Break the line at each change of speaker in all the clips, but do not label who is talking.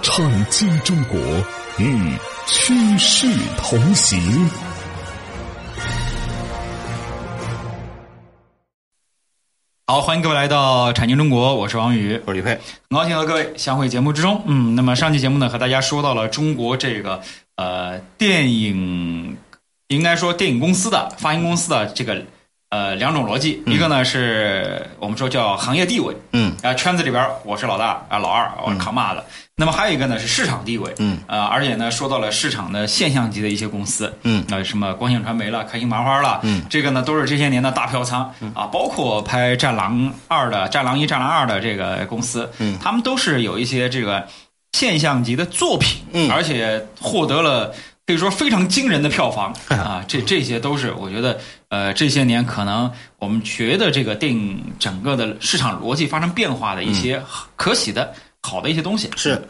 创新中国与趋势同行。
好，欢迎各位来到《产经中国》，我是王宇，
我是李佩，
很高兴和各位相会节目之中。嗯，那么上期节目呢，和大家说到了中国这个呃电影，应该说电影公司的发行公司的这个呃两种逻辑，一个呢是我们说叫行业地位，
嗯
啊、圈子里边儿我是老大啊，老二我是扛把子。那么还有一个呢是市场地位，
嗯
啊、而且呢说到了市场的现象级的一些公司，
嗯
那、什么光线传媒了、开心麻花了，
嗯
这个呢都是这些年的大票仓啊，包括拍《战狼二》的《战狼一》《战狼二》的这个公司，
嗯
他们都是有一些这个现象级的作品，
嗯
而且获得了。可以说非常惊人的票 房啊，这这些都是我觉得，呃，这些年可能我们觉得这个电影整个的市场逻辑发生变化的一些可喜的、好的一些东西。
嗯是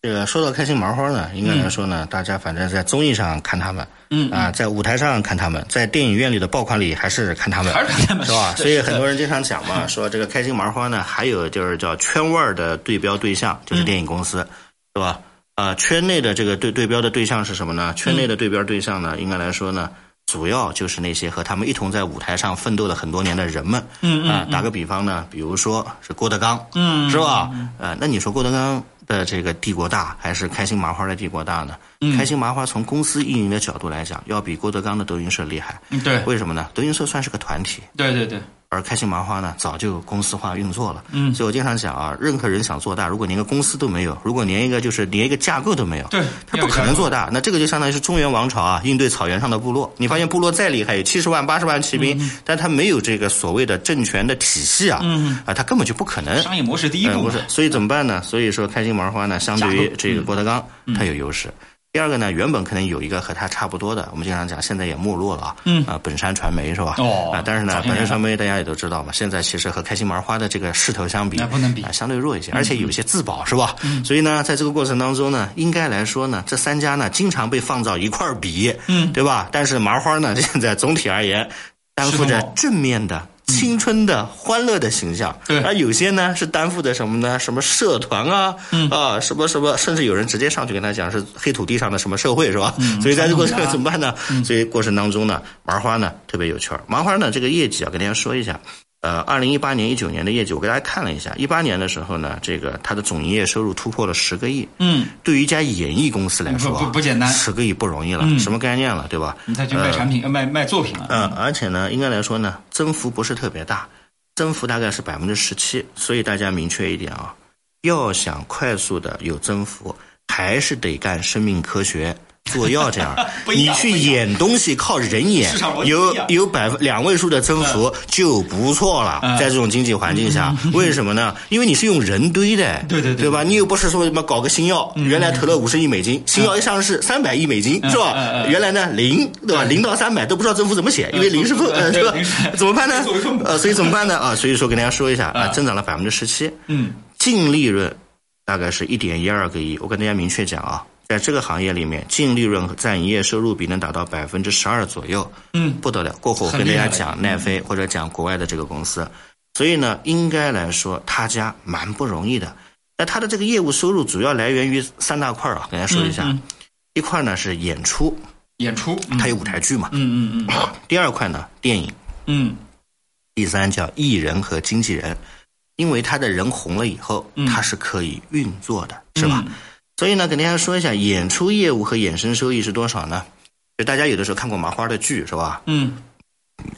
这个说到开心麻花呢，应该来说呢，大家反正在综艺上看他们，
嗯
啊，在舞台上看他们，在电影院里的爆款里还是看他们，
还是看他们
是吧？
是的
所以
是的
很多人经常讲 嘛，说这个开心麻花呢，还有就是叫圈外的对标对象，
嗯
就是电影公司，是吧？呃，圈内的这个对对标的对象是什么呢？圈内的对标对象呢，应该来说呢，主要就是那些和他们一同在舞台上奋斗了很多年的人们。
嗯嗯
啊、打个比方呢，比如说是郭德纲，
嗯
是吧？呃，那你说郭德纲的这个帝国大，还是开心麻花的帝国大呢？
嗯
开心麻花从公司运营的角度来讲，要比郭德纲的德云社厉害。
嗯对
为什么呢？德云社算是个团体，
对对对，
而开心麻花呢，早就公司化运作了。
嗯
所以我经常讲啊，任何人想做大，如果连个公司都没有，如果连一个就是连一个架构都没有，
对
他不可能做大。那这个就相当于是中原王朝啊，应对草原上的部落。你发现部落再厉害，有七十万、八十万骑兵，
嗯
但他没有这个所谓的政权的体系啊，啊，他根本就不可能。
商业模式第一
呃
步
不
嘛
是，所以怎么办呢？所以说开心麻花呢，相对于这个郭德纲，
嗯
它有优势。第二个呢，原本可能有一个和它差不多的，我们经常讲，现在也没落了啊。嗯。啊，本山传媒是吧？
哦
啊，但是
早
呢，
些年
本山传媒大家也都知道嘛，现在其实和开心麻花的这个势头相比，
那哎不能比嗯
啊，相对弱一些，而且有一些自保是吧？嗯。所以呢，在这个过程当中呢，应该来说呢，这三家呢，经常被放到一块儿比，嗯，对吧？但是麻花呢， 现在总体而言，担负
势
着
头
正面的、青春的、欢乐的形象。
嗯对
而有些呢是担负的什么呢？什么社团啊，
嗯
啊，什么什么，甚至有人直接上去跟他讲是黑土地上的什么社会，是吧？ 所以在这个过程
传统的啊
怎么办呢？所以过程当中呢，麻花呢特别有趣儿。麻花呢这个业绩啊，跟大家说一下。呃，二零一八年、一九年的业绩，我给大家看了一下。一八年的时候呢，这个它的总营业收入突破了十个亿。
嗯，
对于一家演艺公司来说啊，
不不不简单嗯
十个亿不容易了，什么概念了，对吧？
他去卖产品、呃卖卖作品了。，
嗯，而且呢，应该来说呢，增幅不是特别大，增幅大概是百分之十七。所以大家明确一点啊，要想快速的有增幅，还是得干生命科学。做药这样
不一
你
样
去
不一样
演东西靠人演
市场逻，辑不
有
一样
有百分两位数的增幅就不错了
嗯。
在这种经济环境下，为什么呢？因为你是用人堆的，
对对对嗯
对吧？你又不是说什么搞个新药，原来投了五十亿美金，新药一上市三百亿美金是
嗯嗯
吧？
嗯
原来呢零对吧？零到三百都不知道增幅怎么写，因为零是负，
呃
呃，是吧
零是？
怎么办呢
作为分母？
呃，所以怎么办呢？啊，所以说跟大家说一下
啊
啊，增长了百分之十七，
嗯，
净利润大概是一点一二个亿。我跟大家明确讲啊，在这个行业里面，净利润占营业收入比能达到百分之十二左右，
嗯
不得了。过会儿我
很
跟大
厉害嗯
家
了
讲奈飞或者讲国外的这个公司，所以呢，应该来说他家蛮不容易的。那他的这个业务收入主要来源于三大块儿啊，跟大家说一下，
嗯嗯
一块儿呢是演出，
演出，嗯
它有舞台剧嘛，
嗯嗯嗯
第二块呢，电影；
嗯，
第三叫艺人和经纪人，因为他的人红了以后，他是可以运作的，
嗯
是吧？所以呢，跟大家说一下，演出业务和衍生收益是多少呢？就大家有的时候看过麻花的剧是吧？
嗯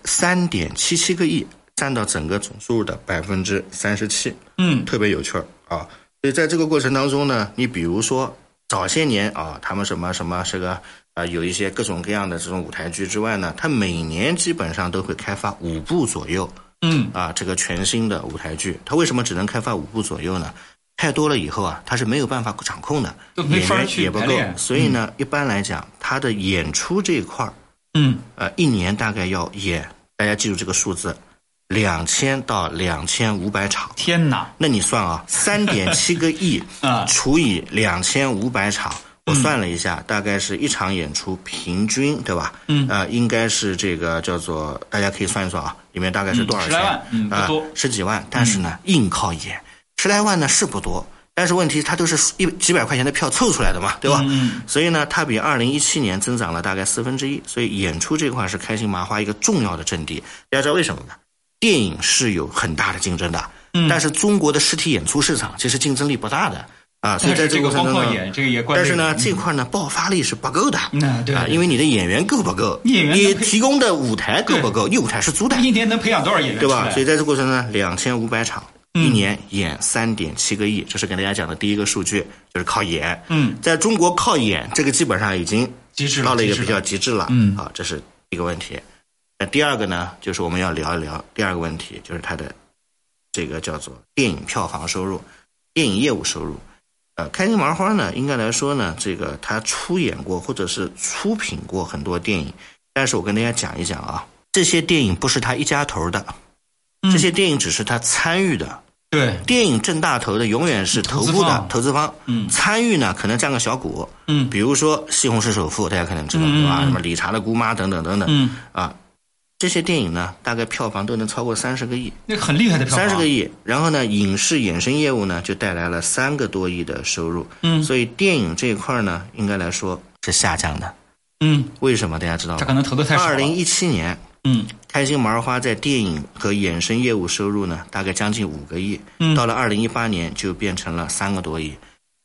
三点七七个亿，占到整个总收入的百分之三十七。
嗯
特别有趣儿啊。所以在这个过程当中呢，你比如说早些年啊，他们什么什么这个啊、呃有一些各种各样的这种舞台剧之外呢，他每年基本上都会开发五部左右
嗯
啊，这个全新的舞台剧。他为什么只能开发五部左右呢？太多了以后啊，它是没有办法掌控的，
就没
演
法
员
去
也不
排
够
练，
所以呢，一般来讲，它的演出这一块儿，
嗯，
呃，一年大概要演，大家记住这个数字，两千到两千五百场。
天哪，
那你 算啊，三点七个亿
啊嗯
除以两千五百场，我算了一下，大概是一场演出平均，对吧？嗯，呃，应该是这个叫做，大家可以算一算啊，里面大概是多少
嗯
钱？
十来万嗯不
啊
多嗯
十几万，但是呢，硬靠演，十来万呢是不多。但是问题，它都是一几百块钱的票凑出来的嘛，对吧？嗯、所以呢，它比二零一七年增长了大概四分之一。所以演出这块是开心麻花一个重要的阵地。大家知道为什么吗？电影是有很大的竞争的，
嗯
但是中国的实体演出市场其实竞争力不大的啊，所以
但
在
是这个
个过程
光
当
靠
中
演，这个也怪累
但
的。
是呢，
嗯
这块呢爆发力是不够的，
那对
啊，因为你的演员够不够，
演员
你
能配
提供的舞台够不够，你舞台是租的，
一年能培养多少演员
对
出来
吧？所以在这过程中呢，两千五百场，
嗯
一年演三点七个亿，这是跟大家讲的第一个数据，就是靠演。
嗯，
在中国靠演这个基本上已经
极致了
到了一个
极致
比
了
较极致了。
嗯
好，这是一个问题。那第二个呢，就是我们要聊一聊第二个问题，就是它的这个叫做电影票房收入、电影业务收入。呃，开心麻花呢，应该来说呢，这个他出演过或者是出品过很多电影，但是我跟大家讲一讲啊，这些电影不是他一家头的，这些电影只是他参与的。
嗯对，
电影挣大头的永远是头部的投资方，
嗯
参与呢可能占个小股，
嗯
比如说《西红柿首富》，大家可能知道
嗯
对吧？
嗯嗯
什么理查的姑妈等等等等，
嗯
啊，这些电影呢，大概票房都能超过三十个亿，
那很厉害的票房，
三十个亿。然后呢，影视衍生业务呢，就带来了三个多亿的收入，
嗯
所以电影这一块儿呢，应该来说是下降的。
嗯，
为什么？大家知道
他
吗
可？能投的太少
二
了，
零一七年，
嗯
开心麻花在电影和衍生业务收入呢，大概将近五个亿，
嗯
到了二零一八年就变成了三个多亿，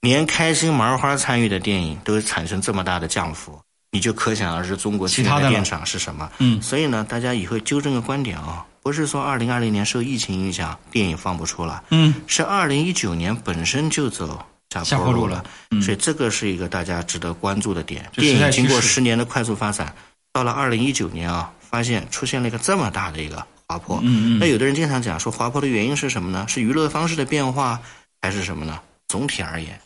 连开心麻花参与的电影都产生这么大的降幅，你就可想而知中国
其
现
他的
在的
了
电厂是什么。
嗯
所以呢，大家以后纠正个观点啊、不是说二零二零年受疫情影响电影放不出了，
嗯，
是二零一九年本身就走下
下坡
坡
路
路
了嗯
了，所以这个是一个大家值得关注的点。
这
电
时代
影经过
趋势
十年的快速发展，到了二零一九年啊，发现出现了一个这么大的一个滑坡。
嗯嗯
那有的人经常讲说滑坡的原因是什么呢？是娱乐方式的变化，还是什么呢？总体而言，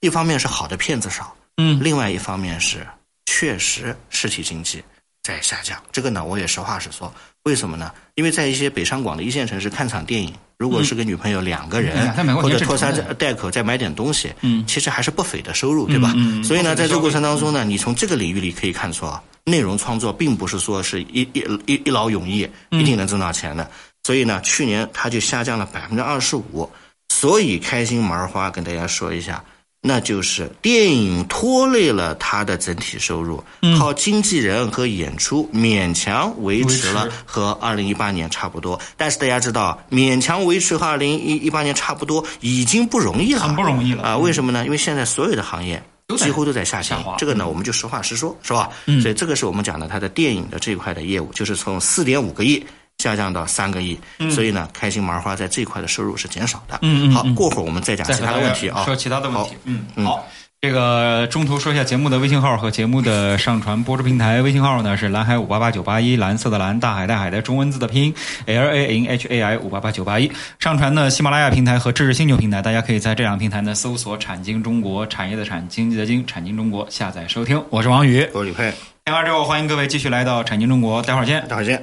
一方面是好的片子少，
嗯
另外一方面是确实实体经济在下降。这个呢，我也实话实说。为什么呢？因为在一些北上广的一线城市看场电影，如果是跟女朋友两个人，
嗯两三百块
或
钱
者
是
拖家
成本
带口再买点东西，
嗯
其实还是不菲的收入，对吧？
嗯嗯嗯嗯
所以呢，
不菲的
在这
消费
个过程当中呢，你从这个领域里可以看出啊，内容创作并不是说是一一一一劳永逸，
嗯
一定能挣到钱的。所以呢，去年它就下降了百分之二十五。所以开心麻花跟大家说一下，那就是电影拖累了它的整体收入，
嗯
靠经纪人和演出勉强维持了
维持
和二零一八年差不多。但是大家知道，勉强维持和二零一一八年差不多已经不容易了，
很不容易了
啊！为什么呢？因为现在所有的行业
都在
几乎都在下行
下滑，嗯
这个呢我们就实话实说，是吧？所以这个是我们讲的它的电影的这一块的业务，就是从四点五个亿。下降到三个亿，所以呢，开心麻花在这一块的收入是减少的。
嗯嗯嗯
好
嗯，
过会儿我们再讲
再
其
和
他
大
的
家
问题啊。
说其他的问
好
题，嗯，好。这个中途说一下节目的微信号和节目的上传播出平台。微信号呢是蓝海五八八九八一，蓝色的蓝，大海的海的中文字的拼音 L A N H A I 五八八九八一。上传呢喜马拉雅平台和知识星球平台，大家可以在这两个平台呢搜索“产经中国”，产业的产，经济的经，产经中国下载收听。我是王宇。
我是李佩，
听完之后，欢迎各位继续来到产经中国，待会儿见。
待会儿见。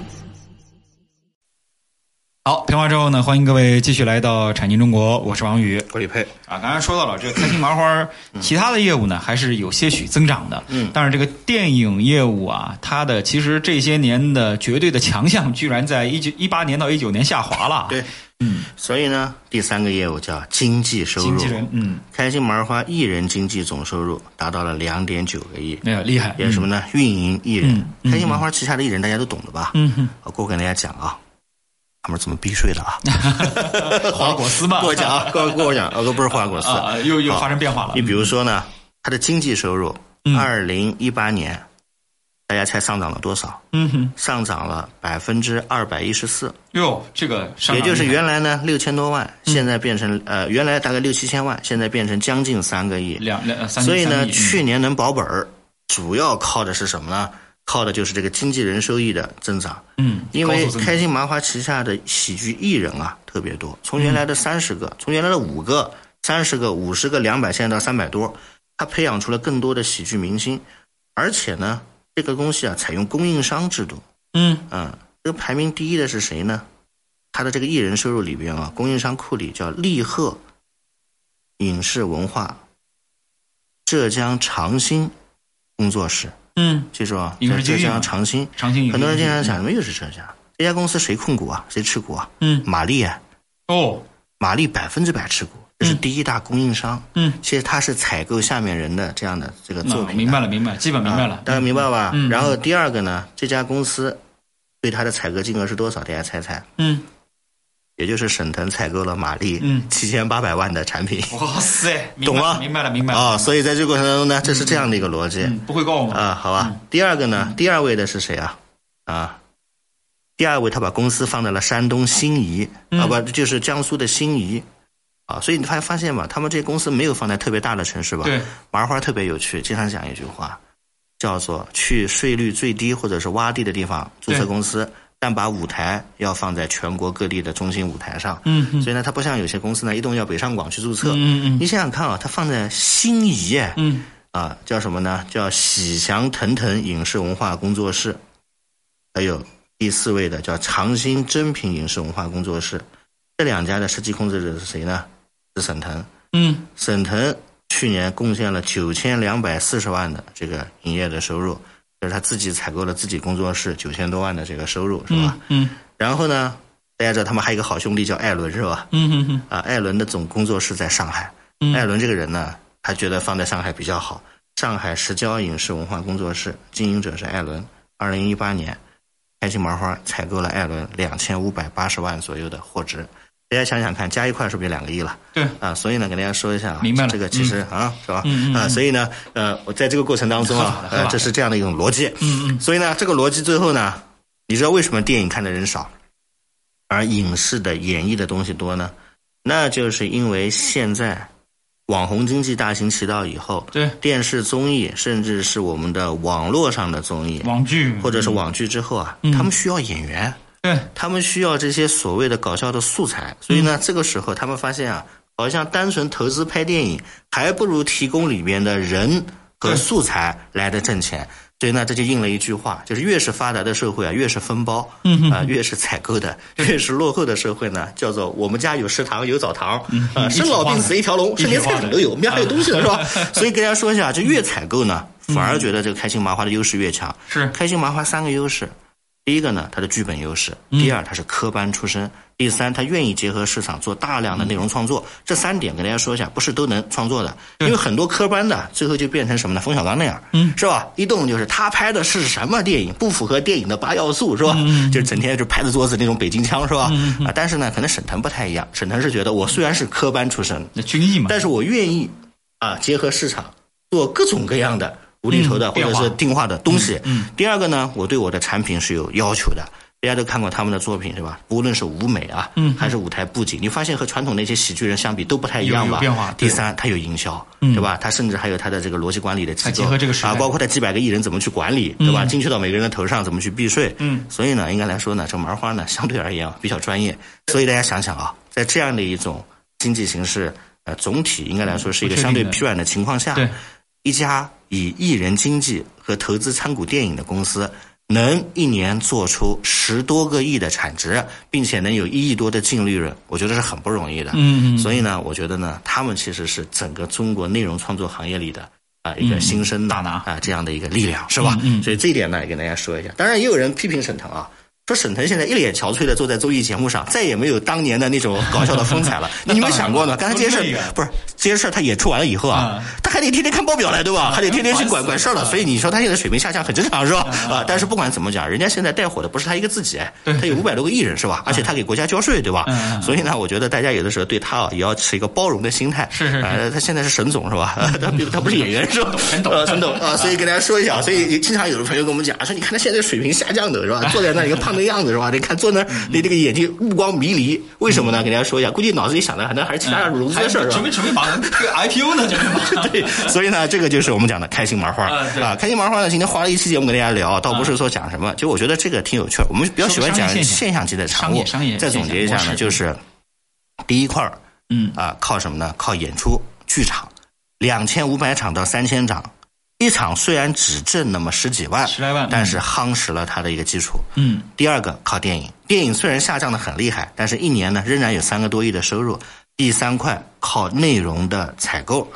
好，评完之后呢，欢迎各位继续来到产经中国，我是王宇。
我是李佩，
啊，刚才说到了这个开心麻花儿，其他的业务呢还是有些许增长的。
嗯
但是这个电影业务啊，它的其实这些年的绝对的强项，居然在一九一八年到一九年下滑了。
对，嗯，所以呢，第三个业务叫经济收入。
经纪人，嗯，
开心麻花艺人经济总收入达到了两点九个亿，
那个厉害，
也是什么呢？运营艺人
嗯，嗯
开心麻花旗下的艺人大家都懂的吧？
嗯哼，
我过会跟大家讲啊，他们是怎么避税的啊？
花嗯果丝嘛，
跟我讲 啊，跟我跟我讲，呃，不是花果丝，
啊，嗯又又发生变化了
你。比如说呢，他的经济收入，二零一八年，大家猜上涨了多少？
嗯哼，
上涨了百分之二百一十四，
哟，这个上
也
涨
就是
厉害嗯
原来呢六千多万，现在变成呃原来大概六七千万，现在变成将近三个亿。
两两三，
所以呢，
三亿嗯
去年能保本儿，主要靠的是什么呢？靠的就是这个经纪人收益的增长。
嗯，
因
高
为
速增
开心麻花旗下的喜剧艺人啊特别多，从原来
嗯
的三十个，从原来的五个、三十个、五十个、两百，现在到三百多，他培养出了更多的喜剧明星，而且呢，这个东西啊采用供应商制度，
嗯
嗯，这个排名第一的是谁呢？他的这个艺人收入里边啊，供应商库里叫利赫影视文化浙江长兴工作室，
嗯，
记住啊，
影视
在
剧
浙
院
江长兴。
长兴影业
很多人经常想，什么又是浙江？这家公司谁控股啊？谁持股啊？
嗯
马力啊，
哦
马力百分之百持股，这是第一大供应商。
嗯，
其实它是采购下面人的这样的这个
那
作品。
明白了明白了，基本明白了
啊，大家明白吧？
嗯嗯
然后第二个呢，这家公司对它的采购金额是多少？大家猜猜？
嗯，
也就是沈腾采购了马力
嗯
七千八百万的产品
哇塞，明白
懂吗
明白了明白了，
啊，所以在这个过程当中呢，这是这样的一个逻辑
嗯，不会告吗？
啊，好吧。第二个呢，第二位的是谁啊？啊，第二位他把公司放在了山东兴仪
嗯
啊，不就是江苏的兴仪啊，所以你发发现吧，他们这些公司没有放在特别大的城市吧？
对，
麻花特别有趣，经常讲一句话，叫做去税率最低或者是洼地的地方注册
对
公司，但把舞台要放在全国各地的中心舞台上。
嗯嗯
所以呢，它不像有些公司呢，一定要北上广去注册。
嗯嗯
你想想看啊，它放在兴仪，哎
嗯
啊，叫什么呢？叫喜祥腾腾影视文化工作室，还有第四位的叫长兴真品影视文化工作室。这两家的实际控制者是谁呢？是沈腾。
嗯
沈腾去年贡献了九千两百四十万的这个营业的收入，就是他自己采购了自己工作室九千多万的这个收入，是吧？
嗯嗯
然后呢，大家知道他们还有一个好兄弟叫艾伦，是吧？
嗯嗯
啊，艾伦的总工作室在上海。
嗯
艾伦这个人呢，他觉得放在上海比较好。上海石礁影视文化工作室经营者是艾伦。二零一八年，开心麻花采购了艾伦两千五百八十万左右的货值。大家想想看，加一块是不是就两个亿了？
对
啊，所以呢，给大家说一下啊，
明白了
这个其实、啊，是吧？
嗯嗯
啊，所以呢，呃，我在这个过程当中啊
合法，合
呃，
法
这是这样的一种逻辑。
嗯嗯，
所以呢，这个逻辑最后呢，你知道为什么电影看的人少，而影视的演绎的东西多呢？那就是因为现在网红经济大行其道以后，
对
电视综艺，甚至是我们的网络上的综艺
网嗯剧
或者是网剧之后啊，他们需要演员，
对
他们需要这些所谓的搞笑的素材，所以呢，
嗯
这个时候他们发现啊，好像单纯投资拍电影，还不如提供里面的人和
对
素材来的挣钱。所以呢，这就应了一句话，就是越是发达的社会啊，越是分包，
嗯
啊、越是采 购的，越是落后的社会呢，叫做我们家有食堂有澡堂，啊、
嗯
生老病死一条龙，
一
是
体
连
化的啊
菜品都有，我们家还有东西呢，是 吧？所以跟大家说一下，就越采购呢，
嗯
反而觉得这个开心麻花的优势越强。
是
开心麻花三个优势，第一个呢，它的剧本优势；第二，它是科班出身；第三，它愿意结合市场做大量的内容创作。这三点跟大家说一下，不是都能创作的，因为很多科班的最后就变成什么呢？冯小刚那样，嗯，是吧？一动就是他拍的是什么电影，不符合电影的八要素，是吧？就是整天就拍着桌子那种北京腔，是吧？啊，但是呢，可能沈腾不太一样，沈腾是觉得我虽然是科班出身，
那军艺嘛，
但是我愿意啊，结合市场做各种各样的无厘头的、
嗯
或
变
者
化嗯
是定化的东西。第二个呢，我对我的产品是有要求的。大家都看过他们的作品是吧？无论是舞美啊，嗯，还是舞台布景，你发现和传统那些喜剧人相比都不太一样
有
吧？
有变化
第
对嗯
三，它有营销，对吧？它甚至还有它的这个逻辑管理的机
它
构，
结合这个时代
啊，包括它几百个艺人怎么去管理，对吧？精确到每个人的头上怎么去避税，
嗯，
所以呢，应该来说呢，这麻花呢相对而言啊比较专业，所以大家想想啊，在这样的一种经济形势，呃，总体应该来说是一
不
个
确
相
定
对
的
疲软的情况下，
对
一家以艺人经济和投资参股电影的公司，能一年做出十多个亿的产值，并且能有一亿多的净利润，我觉得是很不容易的。
嗯嗯
所以呢，我觉得呢，他们其实是整个中国内容创作行业里的啊、一个新
嗯
生的
大拿
啊、这样的一个力量，是吧？
嗯嗯
所以这一点呢，也跟大家说一下。当然，也有人批评沈腾啊。说沈腾现在一脸憔悴的坐在综艺节目上，再也没有 当年的那种搞笑的风采了。你有没有想过呢？刚才这些事
那当然
儿
了
不是这些事儿，他演出完了以后啊
嗯，哎
他还得天天看报表来，对吧？还得天天去管管事儿了，所以你说他现在水平下降很正常，是吧？
嗯
啊，但是不管怎么讲，人家现在带火的不是他一个自己，哎他有五百多个艺人，是吧？而且他给国家交税，对吧？
嗯
所以呢，我觉得大家有的时候对他啊，也要持一个包容的心态。
是是是
呃他现在是沈总，是吧？ 他他不是演员，是吧？
沈董
呃沈董啊，所以跟大家说一下，所以经常有的朋友跟我们讲，说你看他现在水平下降的，是吧？坐在那儿一个胖的样子，是吧？你看坐那儿，
嗯
你这个眼睛目光迷离，为什么呢？给大家说一下，估计脑子里想的可能还是其他融资
嗯还
的事儿，是吧啊
准？备准备把这个 IPO 呢，准备把
对，所以呢，这个就是我们讲的开心麻花
啊对啊
啊。开心麻花呢，今天花了一期节目跟大家聊，倒不是说讲什么，其实我觉得这个挺有趣儿。我们比较喜欢讲
商业现象
现象级的产
商
物
业商业。
再总结一
现象
下呢，
模式
就是第一块儿
嗯
啊，靠什么呢？靠演出剧场，两千五百场到三千场。一场虽然只挣那么十几万，
10来万嗯
但是夯实了它的一个基础。
嗯
第二个靠电影，电影虽然下降的很厉害，但是一年呢仍然有三个多亿的收入。第三块靠内容的采购，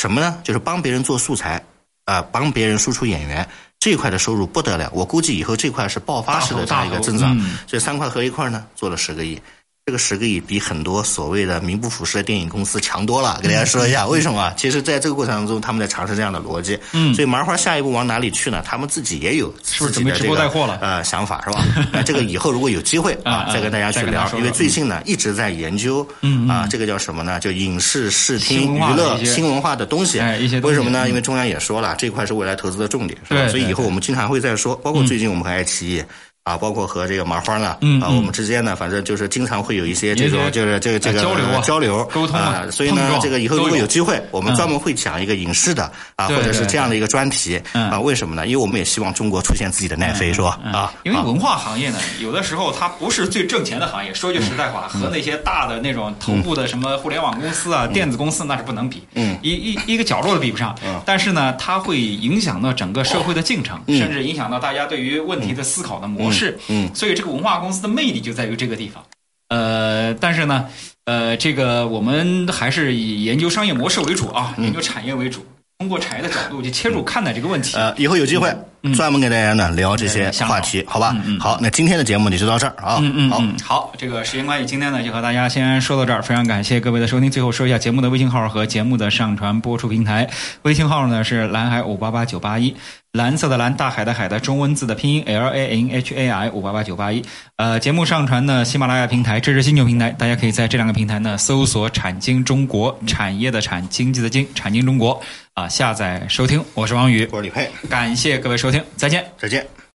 什么呢？就是帮别人做素材，啊、帮别人输出演员这一块的收入不得了。我估计以后这块是爆发式的这
大
样
头
一
大
个
头
增长。
嗯
所以三块合一块呢，做了十个亿。这个十个亿比很多所谓的名不副实的电影公司强多了，给大家说一下为什么？其实，在这个过程当中，他们在尝试这样的逻辑。
嗯
所以麻花下一步往哪里去呢？他们自己也有
是不是
自
准
己的
备直播
这个
带货了
呃想法是吧？ 那这个以后如果有机会
啊
啊，
啊
再跟大家去
再跟大
聊
家，说
因为
说
最近呢一直在研究，
嗯
啊，这个叫什么呢？就影视、视
新
听、
文化
娱
的
乐、
一些
新文化的东西。
哎一些东
为
西
什么呢？
嗯
因为中央也说了，这块是未来投资的重点，是吧？
对
所以
对
以后我们经常会在说，包括最近我们和爱奇艺。啊，包括和这个麻花呢，
嗯
啊，
嗯
我们之间呢，反正就是经常会有一些这
也
种，
也
就是这个这个
呃交流啊
交流、
沟通啊
啊，所以
碰
呢
撞，
这个以后
都
如果
有
有机会，我们
嗯
专门会讲一个影视的啊，
对
或者
对
是
对
这样的一个专题
嗯
啊，为什么呢？因为我们也希望中国出现自己的奈飞，是吧？啊，
嗯因为
啊嗯
文化行业呢，有的时候它不是最挣钱的行业。说句实在话，和那些大的那种头部的什么互联网公司啊、电子公司那是不能比，
嗯
一一一个角落都比不上。但是呢，它会影响到整个社会的进程，
嗯
甚至影响到大家对于问题的思考的模式。
嗯嗯
所以这个文化公司的魅力就在于这个地方。呃，但是呢，呃，这个我们还是以研究商业模式为主啊，
嗯
研究产业为主，通过产业的角度去切入看待这个问题。
呃，以后有机会
嗯
专门给大家呢聊这些
想好
话题，好吧
嗯？嗯
好，那今天的节目你就到这儿啊。
嗯嗯，
好，
嗯，好，这个时间关系，今天呢就和大家先说到这儿，非常感谢各位的收听。最后说一下节目的微信号和节目的上传播出平台，微信号呢是蓝海五八八九八一，蓝色的蓝，大海的海的中文字的拼音 L A N H A I 五八八九八一。呃，节目上传呢喜马拉雅平台、知识星球平台，大家可以在这两个平台呢搜索“产经中国”，产业的产，经济的经，产经中国啊、下载收听。我是王宇，
我是李佩，
感谢各位收听，再见。
再见。